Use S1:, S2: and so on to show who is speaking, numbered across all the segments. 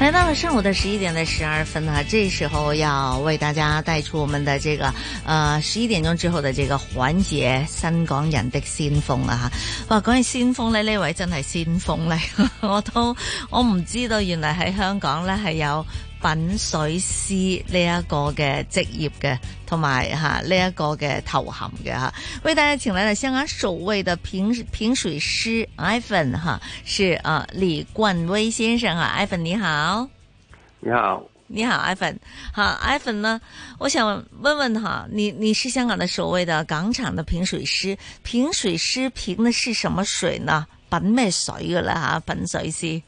S1: 来到了上午的十一点的十二分啊，这时候要为大家带出我们的这个呃十一點鐘之後的這個環節《新港人的先鋒》啊嚇！哇，講起先鋒呢，呢位真係先鋒嚟， 我都我唔知道原來喺香港呢係有品水師呢一個嘅職業嘅。同埋哈呢一個嘅頭銜嘅哈，為大家請來了香港首位的評評水師 Ivan 哈，是啊、呃、李冠威先生啊，Ivan 你好，
S2: 你好，
S1: 你好 Ivan，好 Ivan 呢，我想問問哈，你你是香港的首位的港產的評水師，評水師評的是什麼水呢？品咩水嘅啦吓，品水師。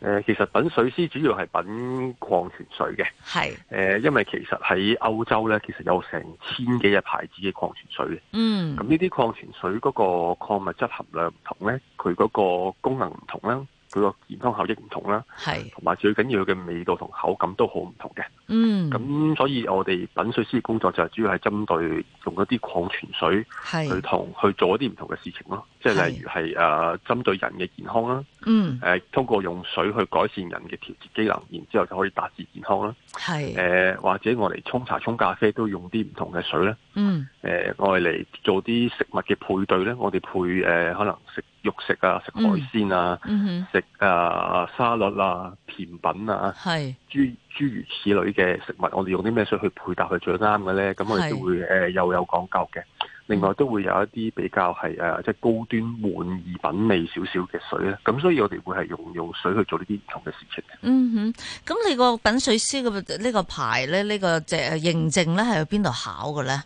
S2: 誒、呃，其實品水師主要係品礦泉水嘅，、
S1: 係誒
S2: 呃，因為其實喺歐洲咧，其實有成千幾隻牌子嘅礦泉水嘅，
S1: 嗯，
S2: 咁呢啲礦泉水嗰個礦物質含量唔同咧，佢嗰個功能唔同啦，佢個健康效益唔同啦，
S1: 係
S2: 同埋最緊要嘅味道同口感都好唔同嘅，
S1: 嗯，
S2: 咁所以我哋品水師嘅工作就係主要係針對用一啲礦泉水去
S1: 係
S2: 同去做一啲唔同嘅事情咯，即係例如係誒、呃、針對人嘅健康啦。
S1: 嗯
S2: 誒、呃通過用水去改善人嘅調節機能，然之後就可以達至健康啦。
S1: 係
S2: 誒、或者我嚟沖茶、沖咖啡都用啲唔同嘅水啦。
S1: 嗯
S2: 誒、我嚟做啲食物嘅配對咧，我哋配誒、呃可能食肉食啊、食海鮮啊、
S1: 嗯
S2: 食啊、沙律啊、甜品
S1: 哼
S2: 啊，
S1: 係
S2: 諸諸如此類嘅食物，我哋用啲咩水去配搭係最啱嘅咧？咁我哋
S1: 係
S2: 都會誒、呃又有講究嘅。另外都會有一啲比較係誒、呃即係高端滿意品味少少嘅水咧。咁所以我哋會係用用水去做呢啲唔同嘅事情嘅。
S1: 嗯哼，咁你個品水師嘅呢個牌咧，呢、個即係認證咧，係去邊度考嘅咧？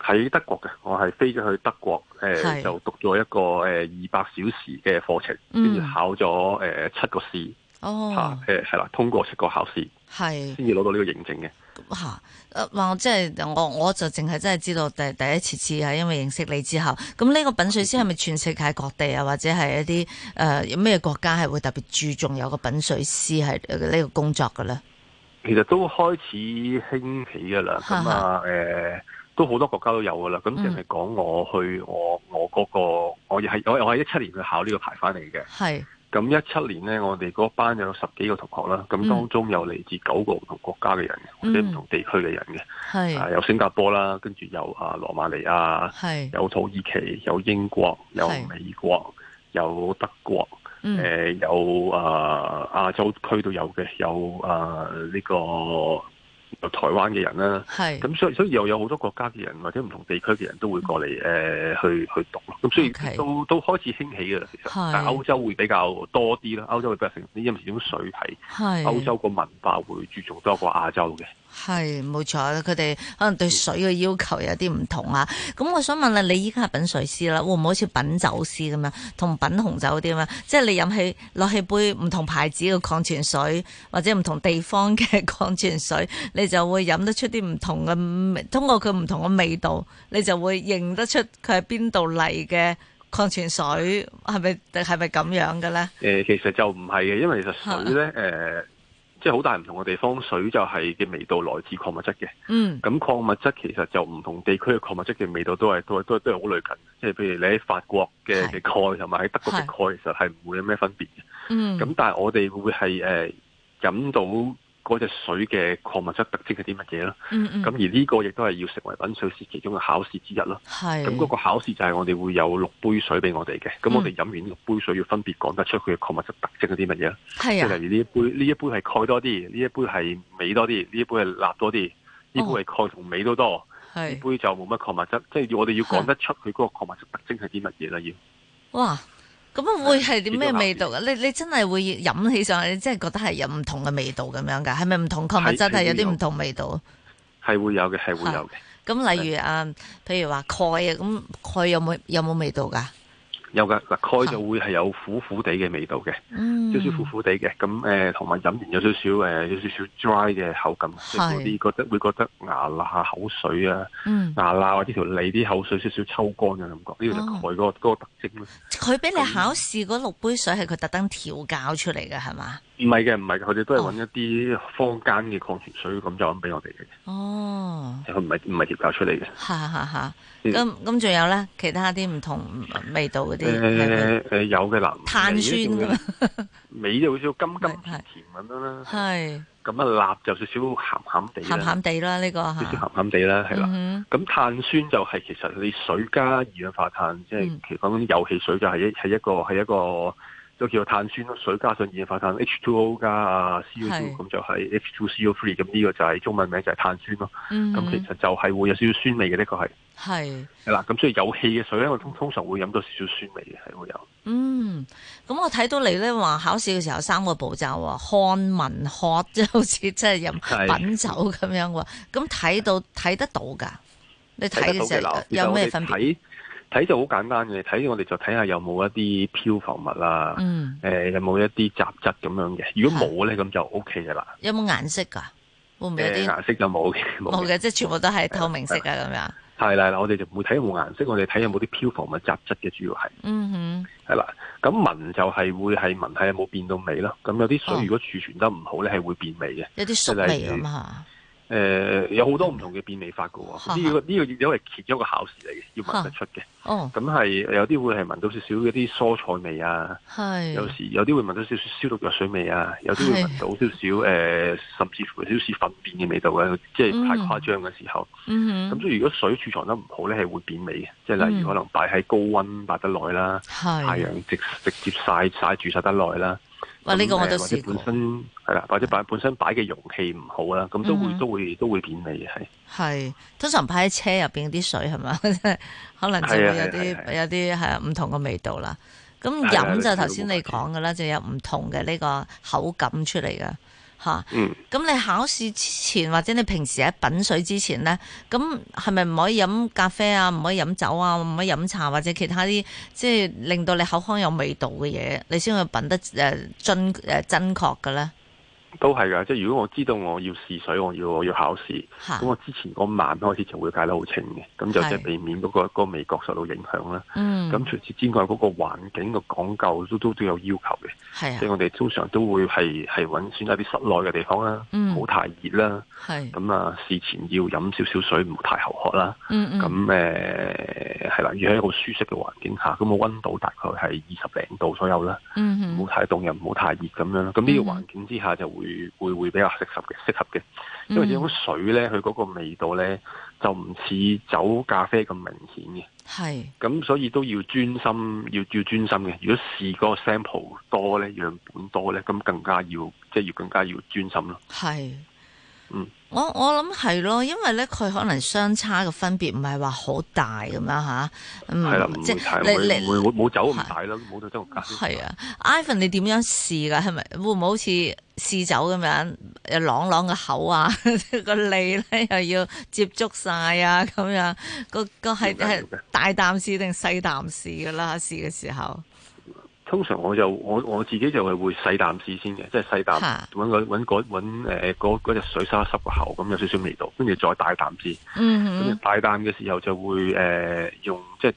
S2: 喺德國嘅，我係飛咗去德國，誒、
S1: 係
S2: 就讀咗一個誒二百小時嘅課程，跟住
S1: 嗯
S2: 考咗誒、呃七個試嚇
S1: 哦，，
S2: 誒係啦，通過七個考試
S1: 係
S2: 先至攞到呢個認證嘅。
S1: 吓，呃誒話我即係我我就淨係真係知道第第一次次係因為認識你之後，咁呢個品水師係咪全世界各地啊，或者係一啲誒有咩國家係會特別注重有個品水師係呃呢個工作嘅咧？
S2: 其實都開始興起嘅啦，咁啊誒都好多國家都有噶啦。咁淨係講我去我我嗰、個，我亦係我我係一七年去考呢個牌翻嚟嘅。
S1: 係
S2: 咁一七年呢，我哋嗰班有十幾個同學啦，咁當中有嚟自九個唔同國家嘅人，或者唔同地區嘅人嘅，啊
S1: 係
S2: 有新加坡啦，跟住有啊羅馬尼亞，
S1: 係，
S2: 有土耳其，有英國，有
S1: 係
S2: 美國，有德國。誒、
S1: 嗯
S2: 呃有啊、亞洲區都有嘅，有啊呢、個有台灣嘅人啦。
S1: 係
S2: 咁所以所以又有好多國家嘅人或者唔同地區嘅人都會過嚟誒、呃去去讀咯。咁所以
S1: 嗯 OK
S2: 都都開始興起嘅啦，其實
S1: 係。
S2: 但係歐洲會比較多啲啦，歐洲會比較盛行啲，因為始終水係
S1: 係
S2: 歐洲個文化會注重多過亞洲嘅。
S1: 係冇錯，佢哋可能對水嘅要求有啲唔同啊。咁我想問啦，你依家係品水師啦，會唔會好似品酒師咁樣，同品紅酒啲咁樣？即係你飲起落起杯唔同牌子嘅礦泉水，或者唔同地方嘅 礦泉水，你就會飲得出啲唔同嘅味，通過佢唔同嘅味道，你就會認得出佢係邊度嚟嘅礦泉水，係咪係咪咁樣嘅咧？
S2: 誒、呃其實就唔係嘅，因為其實水
S1: 啊
S2: 咧誒、呃即係好大唔同嘅地方，水就係嘅味道來自礦物質嘅。
S1: 嗯，
S2: 咁礦物質其實就唔同地區嘅礦物質嘅味道都係都係都係都係好類近，即係譬如你喺法國嘅嘅
S1: 係
S2: 鈣同埋喺德國嘅
S1: 係
S2: 鈣，其實係唔會有咩分別嘅。
S1: 嗯，
S2: 咁但係我哋會係誒飲到嗰隻水嘅礦物質特徵係啲乜嘢咯？
S1: 嗯嗯，
S2: 咁而呢個亦都係要成為品水師其中嘅考試之一咯。
S1: 係啊
S2: 咁嗰個考試就係我哋會有六杯水俾我哋嘅，咁我哋
S1: 嗯嗯
S2: 飲完六杯水要分別講得出佢嘅礦物質特徵係啲乜嘢啦。即係
S1: 係啊，
S2: 例如呢一杯，呢一杯係鈣多啲，呢一杯係鎂多啲，呢一杯係鈉多啲，呢杯
S1: 哦
S2: 係鈣同鎂都多。呢
S1: 係。
S2: 杯就冇乜礦物質，即係我哋要講得出佢嗰個礦物質特徵係啲乜嘢啦。要
S1: 哇！咁啊，會係啲咩
S2: 呢個
S1: 味道啊？你你真係會飲起上嚟，你真係覺得係有唔同嘅味道咁樣㗎？係咪唔同礦物質
S2: 係係
S1: 係有
S2: 會有
S1: 啲唔同味道？
S2: 係會有嘅，係會有嘅。
S1: 咁例如啊，譬如話鈣啊，咁鈣有冇有冇味道㗎？
S2: 有嘅嗱，蓋就會係有苦苦地嘅味道嘅，
S1: 嗯，
S2: 少少苦苦地嘅，咁誒同埋飲完有少少誒有少少 dry 嘅口感，即係嗰啲覺得會覺得牙罅口水啊，
S1: 嗯，
S2: 牙罅或者條脷啲口水少少抽乾嘅感覺，呢個就
S1: 哦
S2: 蓋嗰個嗰個特徵咯。
S1: 佢俾你考試嗰六杯水係佢特登調教出嚟嘅係嘛？
S2: 唔係嘅，唔係嘅，佢哋都係揾一啲坊間嘅礦泉水咁就咁俾我哋嘅，
S1: 哦，
S2: 佢唔係唔係調教出嚟嘅。
S1: 吓吓吓，
S2: 嗯
S1: 咁咁仲有咧，其他啲唔同嗯味道嗰啲係咪，
S2: 誒誒有嘅啦，
S1: 碳酸咁啊
S2: 尾就會少少金金
S1: 係係
S2: 甜甜咁樣啦，
S1: 係
S2: 咁啊辣就少少鹹鹹地
S1: 鹹
S2: 啦，
S1: 鹹地啦呢個
S2: 啊少少
S1: 吓，
S2: 鹹鹹地啦，係啦。
S1: 嗯
S2: 咁碳酸就係其實你水加二氧化碳，即係
S1: 嗯
S2: 其實講緊有汽水就係一係一個係一個都叫做碳酸咯，水加上二氧化碳 H2O 加啊 CO2，
S1: 係
S2: 咁就係 H2CO3，咁呢個就係中文名就係碳酸咯。
S1: 嗯哼，
S2: 咁、
S1: 咁
S2: 其實就係會有少少酸味嘅，的確係
S1: 係。
S2: 係啦。咁所以有氣嘅水咧，我通通常會飲到少少酸味嘅，係會有。
S1: 嗯，咁我睇到你咧話考試嘅時候三個步驟喎，看聞喝即係好似真係飲
S2: 係
S1: 品酒咁樣喎，咁睇到睇得到噶，你睇
S2: 睇得到
S1: 嘅
S2: 嘅
S1: 時候
S2: 嗱，其實
S1: 有
S2: 我
S1: 咩
S2: 哋
S1: 分別？
S2: 睇睇就好簡單嘅，睇我哋就睇下有冇一啲漂浮物啦，誒、
S1: 嗯，
S2: 有冇一啲雜質咁樣嘅。如果冇咧，咁就 O K 嘅啦。
S1: 有冇顏色噶？會唔會有
S2: 誒
S1: 啲
S2: 顏色就冇嘅，
S1: 冇
S2: 冇嘅。
S1: 嘅？即係全部都係透明色啊咁樣。
S2: 係啦，係啦我哋就唔會睇有冇顏色，我哋睇有冇啲漂浮物雜質嘅，主要係
S1: 嗯
S2: 係啦。咁聞就係會係聞係有冇變到味咯。咁有啲
S1: 哦
S2: 水如果儲存得唔好咧，係會變味嘅。誒、
S1: 哼，有啲粟味咁啊，
S2: 有好多唔同嘅變味法嘅喎。
S1: 嗯
S2: 呢、個呢、個因為揭咗個考試嚟嘅，要聞得出嘅。
S1: 哦，
S2: 咁係有啲會係聞到少少一啲蔬菜味啊，有
S1: 係，
S2: 時有啲會聞到少少消毒藥水味啊，有啲會
S1: 係
S2: 聞到少少誒、呃甚至乎有少少糞便嘅味道嘅，即係太
S1: 嗯
S2: 誇張嘅時候。咁
S1: 嗯哼，
S2: 所以如果水儲藏得唔好咧，係會變味嘅，即係例
S1: 嗯
S2: 如可能擺喺高温擺得耐啦，太
S1: 係，
S2: 陽直直接曬曬住曬得耐啦。
S1: 哇！呢個
S2: 咁
S1: 我都
S2: 誒或者
S1: 試過
S2: 本，身係啦，或者擺本身擺嘅容器唔好啦，咁都會、
S1: 嗯哼
S2: 都會都會變味嘅，係
S1: 係通常擺喺車入邊啲水係嘛， 可能就會
S2: 係
S1: 有
S2: 啊係啊係
S1: 啲
S2: 啊
S1: 有啲係唔同嘅味道啦。咁
S2: 係啊
S1: 飲就
S2: 你
S1: 頭先你講嘅啦，就有唔同嘅呢個口感出嚟嘅吓。
S2: 嗯。
S1: 咁你考試之前或者你平時喺品水之前呢，咁係咪唔可以飲咖啡啊？唔可以飲酒啊？唔可以飲茶或者其他啲即係令到你口腔有味道嘅嘢，你先會品得誒準誒真確嘅咧
S2: 都係㗎。即係如果我知道我要試水，我要我要考試，
S1: 吓
S2: 咁。我之前嗰晚開始就會戒得好清嘅，咁就即
S1: 啊係
S2: 係避免嗰、個嗰個味覺受到影響啦。
S1: 嗯，
S2: 咁除此之外，嗰、個環境嘅講究都都都有要求嘅。
S1: 係
S2: 即係
S1: 啊，
S2: 我哋通常都會係係揾選擇啲室內嘅地方啦，
S1: 嗯
S2: 唔好太熱啦。
S1: 係，
S2: 咁啊，事前要飲少少水，唔好太口渴啦。
S1: 嗯嗯，
S2: 咁誒係啦，要喺一個舒適嘅環境下，咁個温度大概係二十零度左右啦，
S1: 嗯哼
S2: 唔好太凍又唔好太熱咁樣啦。咁呢
S1: 嗯
S2: 個環境之下就會會會比較適合嘅，適合嘅，因為呢種水咧，佢嗰個味道咧就唔似酒咖啡咁明顯嘅。
S1: 係
S2: 咁所以都要專心，要要專心嘅。如果試個 sample 多咧，樣本多咧，咁更加要即係要更加要專心咯。
S1: 係，
S2: 嗯，
S1: 我我諗係咯，因為咧佢可能相差嘅分別唔係話好大咁樣吓，嗯
S2: 係啦，唔
S1: 即
S2: 會太
S1: 係
S2: 會
S1: 你你
S2: 會冇酒咁大咯，冇到酒咁大。
S1: 係啊，Ivan 你點樣試噶？係咪會唔會好似試酒咁樣，誒朗朗個口啊， 個脷咧又要接觸晒啊，咁樣個個係
S2: 要嘅
S1: 係
S2: 要嘅
S1: 大啖試定細啖試噶啦？試嘅時候
S2: 通常我就我我自己就係會細啖試先嘅，即係細啖
S1: 嚇
S2: 揾個揾嗰揾誒呃嗰嗰隻水沙濕個口，咁有少少味道，跟住再大啖試。咁
S1: 嗯
S2: 你大啖嘅時候就會誒、呃用即係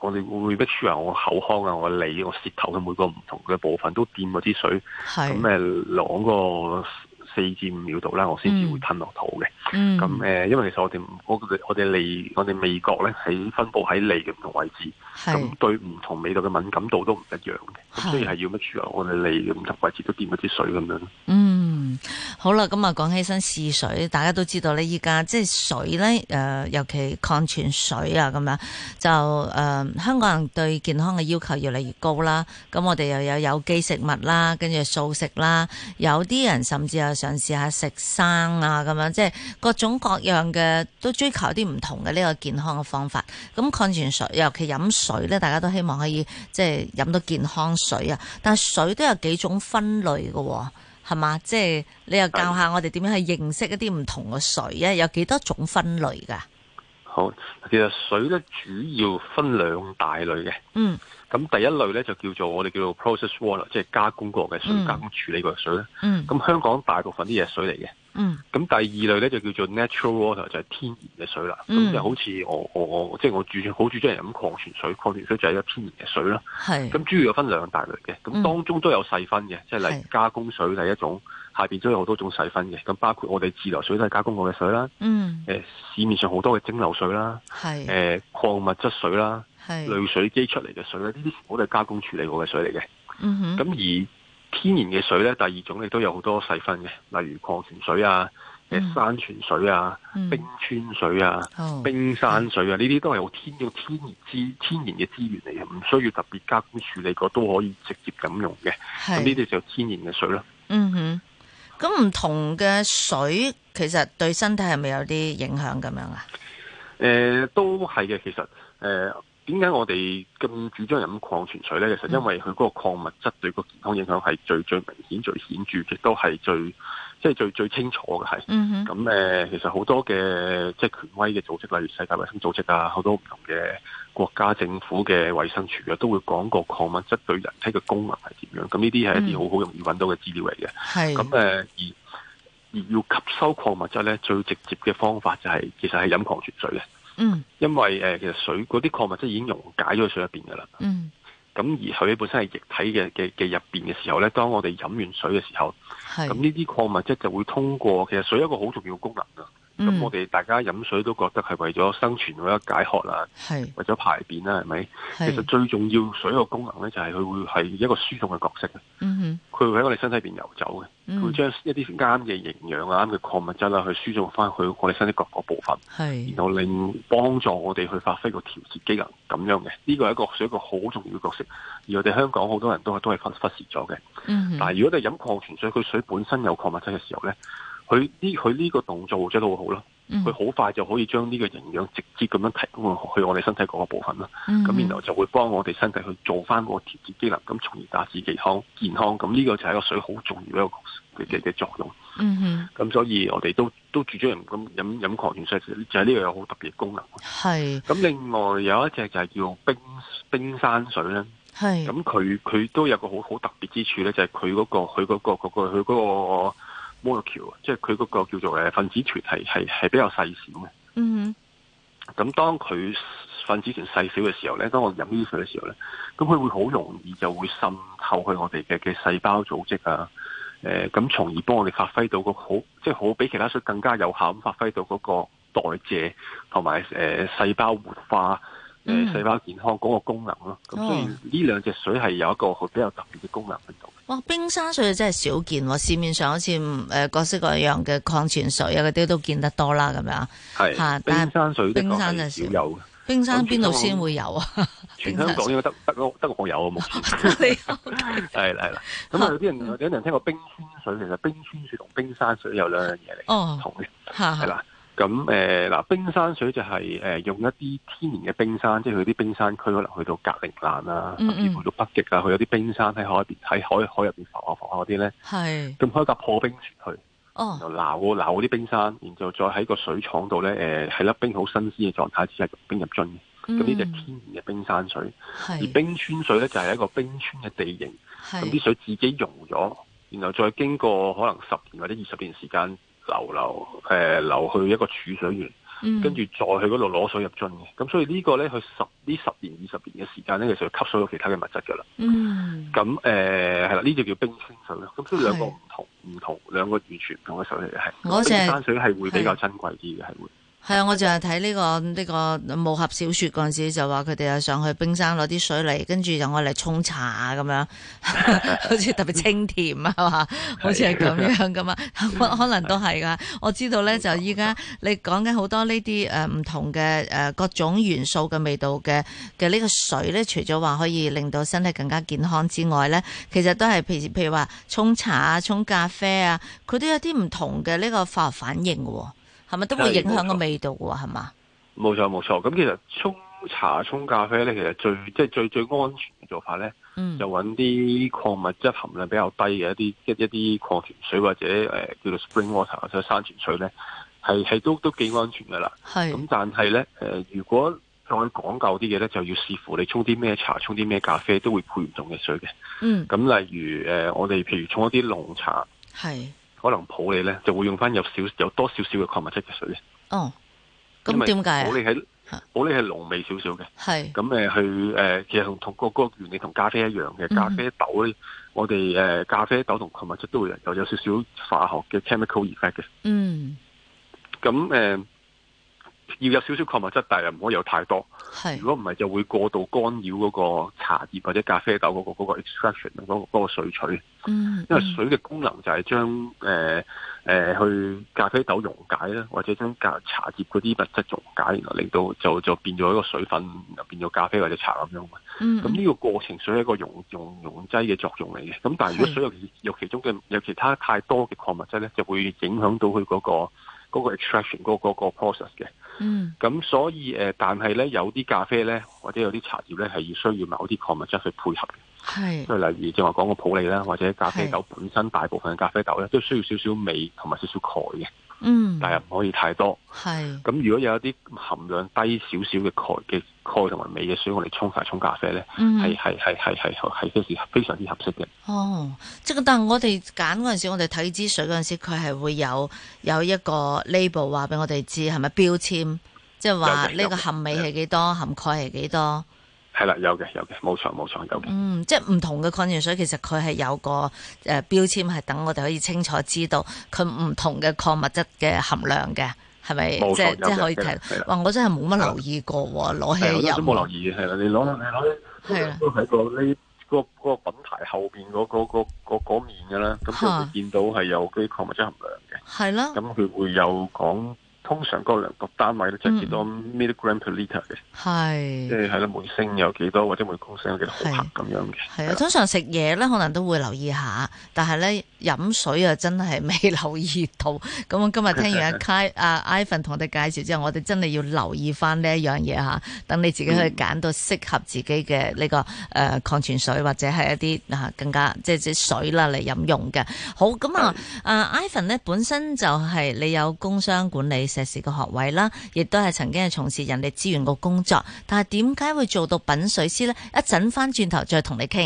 S2: 我哋會 make sure 我口腔啊、我脷、我舌頭嘅每個唔同嘅部分都掂嗰啲水。
S1: 哼，
S2: 咁
S1: 係，
S2: 誒攞個四至五秒度啦，我先至會吞落肚嘅。
S1: 嗯，
S2: 咁誒、因為其實我哋唔我哋我哋脷我哋味覺咧喺分佈喺脷嘅唔同位置，
S1: 係
S2: 咁對唔同味道嘅敏感度都唔一樣嘅。
S1: 係
S2: 咁所以係要 make sure 我哋脷嘅唔同位置都掂咗啲水咁樣。
S1: 嗯，好啦，咁啊，講起身試水，大家都知道咧，依家呃即係水咧，誒、尤其礦泉水啊，咁樣就呃誒、香港人對健康嘅要求越嚟越高啦。咁我哋又有有機食物啦，跟住素食啦，有啲人甚至又嘗試下食生啊，咁樣即係各種各樣嘅都追求啲唔同嘅呢個健康嘅方法。咁礦泉水，尤其飲水咧，大家都希望可以即係飲到健康水啊。但係水都有幾種分類嘅喎、係嘛？即係你又教下我哋點樣去認識一啲唔同嘅水啊？有幾多種分類㗎？
S2: 好好，其實水咧主要分兩大類嘅。
S1: 嗯
S2: 咁第一類咧就叫做我哋叫做 process water，即係加工過嘅水
S1: 嗯，
S2: 加工處理過嘅水咧。
S1: 嗯
S2: 咁香港大部分啲嘢係水嚟嘅。
S1: 嗯
S2: 咁第二類咧就叫做 natural water，就係天然嘅水啦。
S1: 嗯
S2: 咁就好似我我我即係我主張好主張係飲礦泉水，礦泉水就係一天然嘅水啦。
S1: 係
S2: 咁主要有分兩大類嘅，
S1: 嗯
S2: 咁當中都有細分嘅，即係例如
S1: 係
S2: 加工水係一種，下邊都有好多種細分嘅。咁包括我哋自來水都係加工過嘅水啦，
S1: 嗯
S2: 誒、市面上好多嘅蒸餾水啦，誒、
S1: 係
S2: 礦物質水啦。
S1: 係
S2: 濾水機出嚟嘅水咧，呢啲全部都係加工處理過嘅水嚟嘅。
S1: 嗯哼
S2: 咁而天然嘅水咧，第二種亦都有好多細分嘅，例如礦泉水啊、誒
S1: 嗯
S2: 山泉水啊、
S1: 嗯哦
S2: 冰川水啊、
S1: 好
S2: 冰山水啊，呢啲都係用天用天然資天然嘅資源嚟嘅，唔需要特別加工處理過都可以直接咁用嘅。咁
S1: 係
S2: 呢啲就天然嘅水啦。
S1: 嗯哼，咁唔同嘅水其實對身體係咪有啲影響咁樣啊？
S2: 誒、都係嘅，其實誒點解我哋咁主張飲礦泉水咧？
S1: 嗯
S2: 其實因為佢嗰個礦物質對個健康影響係最最明顯、最顯著，亦都係最即係最最清楚嘅係。
S1: 嗯哼，
S2: 咁誒、呃其實好多嘅即係權威嘅組織，例如世界衞生組織啊，好多唔同嘅國家政府嘅衞生署啊，都會講過礦物質對人體嘅功能係點樣。咁呢啲係一啲好好容易揾到嘅資料嚟嘅。
S1: 係
S2: 咁誒、呃而而要吸收礦物質咧，最直接嘅方法就係、其實係飲礦泉水嘅。
S1: 嗯
S2: 因為誒、呃其實水嗰啲礦物質已經溶解咗喺水入邊㗎啦，
S1: 嗯
S2: 咁而佢本身係液體嘅嘅嘅入邊嘅時候咧，當我哋飲完水嘅時候，咁
S1: 係
S2: 呢啲礦物質就會通過其實水有一個好重要嘅功能啊㗎。咁、
S1: 嗯
S2: 我哋大家飲水都覺得係為咗生存、為咗解渴啦、
S1: 係
S2: 為咗排便啊啦，係咪？其實
S1: 係
S2: 最重要水個功能咧，就係佢會係一個輸送嘅角色，啊
S1: 嗯哼
S2: 佢會喺我哋身體入邊游走嘅，佢會
S1: 嗯
S2: 將一啲啱嘅營養啊、啱嘅礦物質啦、去輸送翻去我哋身體各個部分。
S1: 係
S2: 然後令幫助我哋去發揮個調節機能咁樣嘅，呢個係一個屬於一個好重要嘅角色。而我哋香港好多人都係都係忽忽視咗嘅。
S1: 嗯哼
S2: 但係如果你飲礦泉水，佢水本身有礦物質嘅時候呢，佢呢佢呢個動作會做得好好咯，
S1: 嗯
S2: 佢好快就可以將呢個營養直接咁樣提供去我哋身體嗰個部分啦。
S1: 嗯
S2: 咁
S1: 哼
S2: 然後就會幫我哋身體去做翻嗰個調節機能，咁從而達至健康健康。咁呢個就係一個水好重要一個角色嘅嘅嘅作用。
S1: 嗯哼
S2: 咁所以我哋都都主張人咁飲飲礦泉水，就係呢個有好特別嘅功能。
S1: 係
S2: 咁另外有一隻就係叫冰冰山水咧，
S1: 係
S2: 咁佢佢都有個好好特別之處咧，就係佢嗰個佢嗰、個嗰、個佢嗰個 molecule，即係啊佢嗰個叫做誒分子團係係係比較細小嘅。
S1: 嗯
S2: 咁當佢分子團細小嘅時候咧，當我飲呢啲水嘅時候咧，咁佢會好容易就會滲透去我哋嘅嘅細胞組織啊，誒、咁從而幫我哋發揮到個好，即係好比其他水更加有效咁發揮到嗰個代謝同埋誒細胞活化。
S1: 嗯
S2: 誒細胞健康嗰個功能咯，咁所以
S1: 哦
S2: 呢兩隻水係有一個好比較特別嘅功能喺度。
S1: 哼哇冰山水真係少見喎，市面上好似誒各式各樣嘅礦泉水啊嗰啲都見得多啦咁樣，嚇
S2: 係
S1: 但係
S2: 冰山水的
S1: 冰
S2: 確係
S1: 山就
S2: 少
S1: 少
S2: 有嘅，
S1: 冰山邊度
S2: 咁
S1: 先會有 啊？
S2: 全
S1: 冰山
S2: 香港應該得得我得我有啊，目前。
S1: 你
S2: 係啦係啦，咁啊有啲人有啲人聽過冰川水，其實冰川水同冰山水有兩樣嘢嚟唔
S1: 哦
S2: 同嘅，
S1: 嚇
S2: 係啦。咁誒嗱，冰山水就係、呃用一啲天然嘅冰山，即係佢啲冰山區可能去到格陵蘭啊，
S1: 嗯
S2: 甚至乎到北極啊，佢有啲冰山喺海入邊喺海海入邊浮下浮下嗰啲咧，
S1: 係
S2: 咁開架破冰船去，然
S1: 哦
S2: 後撈撈啲冰山，然後再喺個水廠度咧誒係粒冰好新鮮嘅狀態之下融冰入樽嘅，咁呢隻
S1: 嗯
S2: 天然嘅冰山水，而
S1: 係
S2: 冰川水咧就係、一個冰川嘅地形。咁
S1: 係
S2: 啲水自己溶咗，然後再經過可能十年或者二十年時間流流誒、呃流去一個儲水源，
S1: 嗯
S2: 跟住再去嗰度攞水入樽嘅。咁所以呢個呢，佢十呢十年二十年嘅時間呢，其實佢吸收咗其他嘅物質㗎啦。
S1: 嗯
S2: 咁誒係啦，呢就叫冰川水啦。咁所以兩個
S1: 係
S2: 唔同唔同兩個完全唔同嘅水嚟嘅，係
S1: 我淨係
S2: 冰山水係會比較珍貴啲嘅，係會
S1: 係啊，我就係睇呢個呢、個武俠小說嗰陣時就話佢哋又上去冰山攞啲水嚟，跟住就我嚟沖茶啊 咁樣， 好似特別清甜啊，係嘛？好似係咁樣噶嘛， 可能都係噶。我知道咧，就依家你講緊好多呢啲誒唔同嘅誒各種元素嘅味道嘅嘅呢個水咧，除咗話可以令到身體更加健康之外咧，其實都係譬如譬如話沖茶啊、沖咖啡啊，佢都有啲唔同嘅呢個化學反應嘅喎。係咪都會影響個味道喎？係嘛？
S2: 冇錯冇錯。咁其實沖茶沖咖啡呢，其實最即係最最安全嘅做法呢。
S1: 嗯，
S2: 就揾啲礦物質含量比較低嘅一啲一一啲礦泉水或者誒、呃叫做 spring water 或者山泉水咧，係係都都幾安全噶啦。
S1: 係
S2: 咁但係呢，誒、呃如果再講究啲嘢呢，就要視乎你沖啲咩茶、沖啲咩咖啡，都會配唔同嘅水嘅。
S1: 嗯
S2: 咁例如誒、呃我哋譬如沖一啲濃茶，
S1: 係
S2: 可能普洱呢就會用翻有少有多少少嘅礦物質嘅水嘅。
S1: 哦，
S2: 因
S1: 咁
S2: 為
S1: 點解啊
S2: 普？洱係
S1: 嚇
S2: 普洱係濃味少少嘅。
S1: 係
S2: 咁誒去誒，其實同同個嗰個原理同咖啡一樣嘅，
S1: 嗯
S2: 咖啡豆咧，我哋誒咖啡豆同礦物質都會有有少少化學嘅 chemical effect 嘅。
S1: 嗯
S2: 咁誒、呃要有少少礦物質，但係又唔可以有太多。
S1: 係
S2: 如果唔係，就會過度干擾嗰個茶葉或者咖啡豆嗰、個嗰、個 extraction 嗰、個嗰個萃取，
S1: 嗯
S2: 因為
S1: 嗯
S2: 水嘅功能就係將誒誒去咖啡豆溶解啦，或者將咖茶葉嗰啲物質溶解，然後令到就就變咗一個水分，然後變咗咖啡或者茶咁樣嘛。
S1: 嗯
S2: 咁呢個過程水係一個溶溶溶劑嘅作用嚟嘅，咁但係如果
S1: 係
S2: 水有其有其中嘅有其他太多嘅礦物質咧，就會影響到佢嗰、個嗰、個 extraction 嗰、個嗰個 process 嘅。
S1: 嗯
S2: 咁所以誒、呃但係咧有啲咖啡咧或者有啲茶葉咧係要需要某啲礦物質去配合嘅，
S1: 係
S2: 即係例如正話講個普洱啦，或者咖啡
S1: 係
S2: 豆本身大部分嘅咖啡豆咧都需要少少味同埋少少鈣嘅，
S1: 嗯
S2: 但係唔可以太多。
S1: 係
S2: 咁如果有一啲含量低少少嘅鈣嘅鈣同埋鎂嘅水，我哋沖茶沖咖啡咧。係
S1: 嗯
S2: 係係係係係非常非常之合適嘅。
S1: 哦，即係但係我哋揀嗰陣時，我哋睇支水嗰陣時，佢係會有有一個 label 話俾我哋知係咪標籤，即係話
S2: 有嘅
S1: 呢個
S2: 有嘅
S1: 含味
S2: 有
S1: 係幾多，含鈣係幾多。
S2: 係啦，有嘅有嘅，冇錯冇錯有嘅。
S1: 嗯，即係唔同嘅礦泉水，其實佢係有個誒標籤，係等我哋可以清楚知道佢唔同嘅礦物質嘅含量嘅，係咪？
S2: 冇錯
S1: 即係
S2: 有
S1: 即係可以
S2: 嘅
S1: 睇
S2: 係。啦啊
S1: 哇！我真係冇乜留意過喎，攞起
S2: 係我啊都都冇留
S1: 飲。
S2: 意嘅，係啦，你攞你攞
S1: 啊係啊
S2: 都喺個呢嗰個嗰個品牌後邊嗰嗰嗰嗰嗰面㗎啦，咁就
S1: 嚇
S2: 會見到係有啲礦物質含
S1: 係啦，
S2: 量嘅，咁佢會有講。通常嗰個量度單位咧，
S1: 嗯
S2: 即係幾多 milligram per liter 嘅，即
S1: 係
S2: 係係啦，每升有幾多，或者每公升有幾多毫克咁樣嘅。
S1: 嗯係啊。通常食嘢咧，可能都會留意下，但係咧飲水啊，真係未留意到。咁我今日聽完阿 Kai 阿 Ivan 同我哋介紹之後，我哋真係要留意翻呢一樣嘢嚇，等你自己去揀到適合自己嘅呢、個誒、呃礦泉水或者係一啲啊更加即係即係水啦嚟飲用嘅。好咁啊，啊 Ivan 咧本身就係你有工商管理碩士嘅學位啦，亦都係曾經係從事人力資源嘅工作，但係點解會做到品水師呢？一陣翻轉頭再同你傾。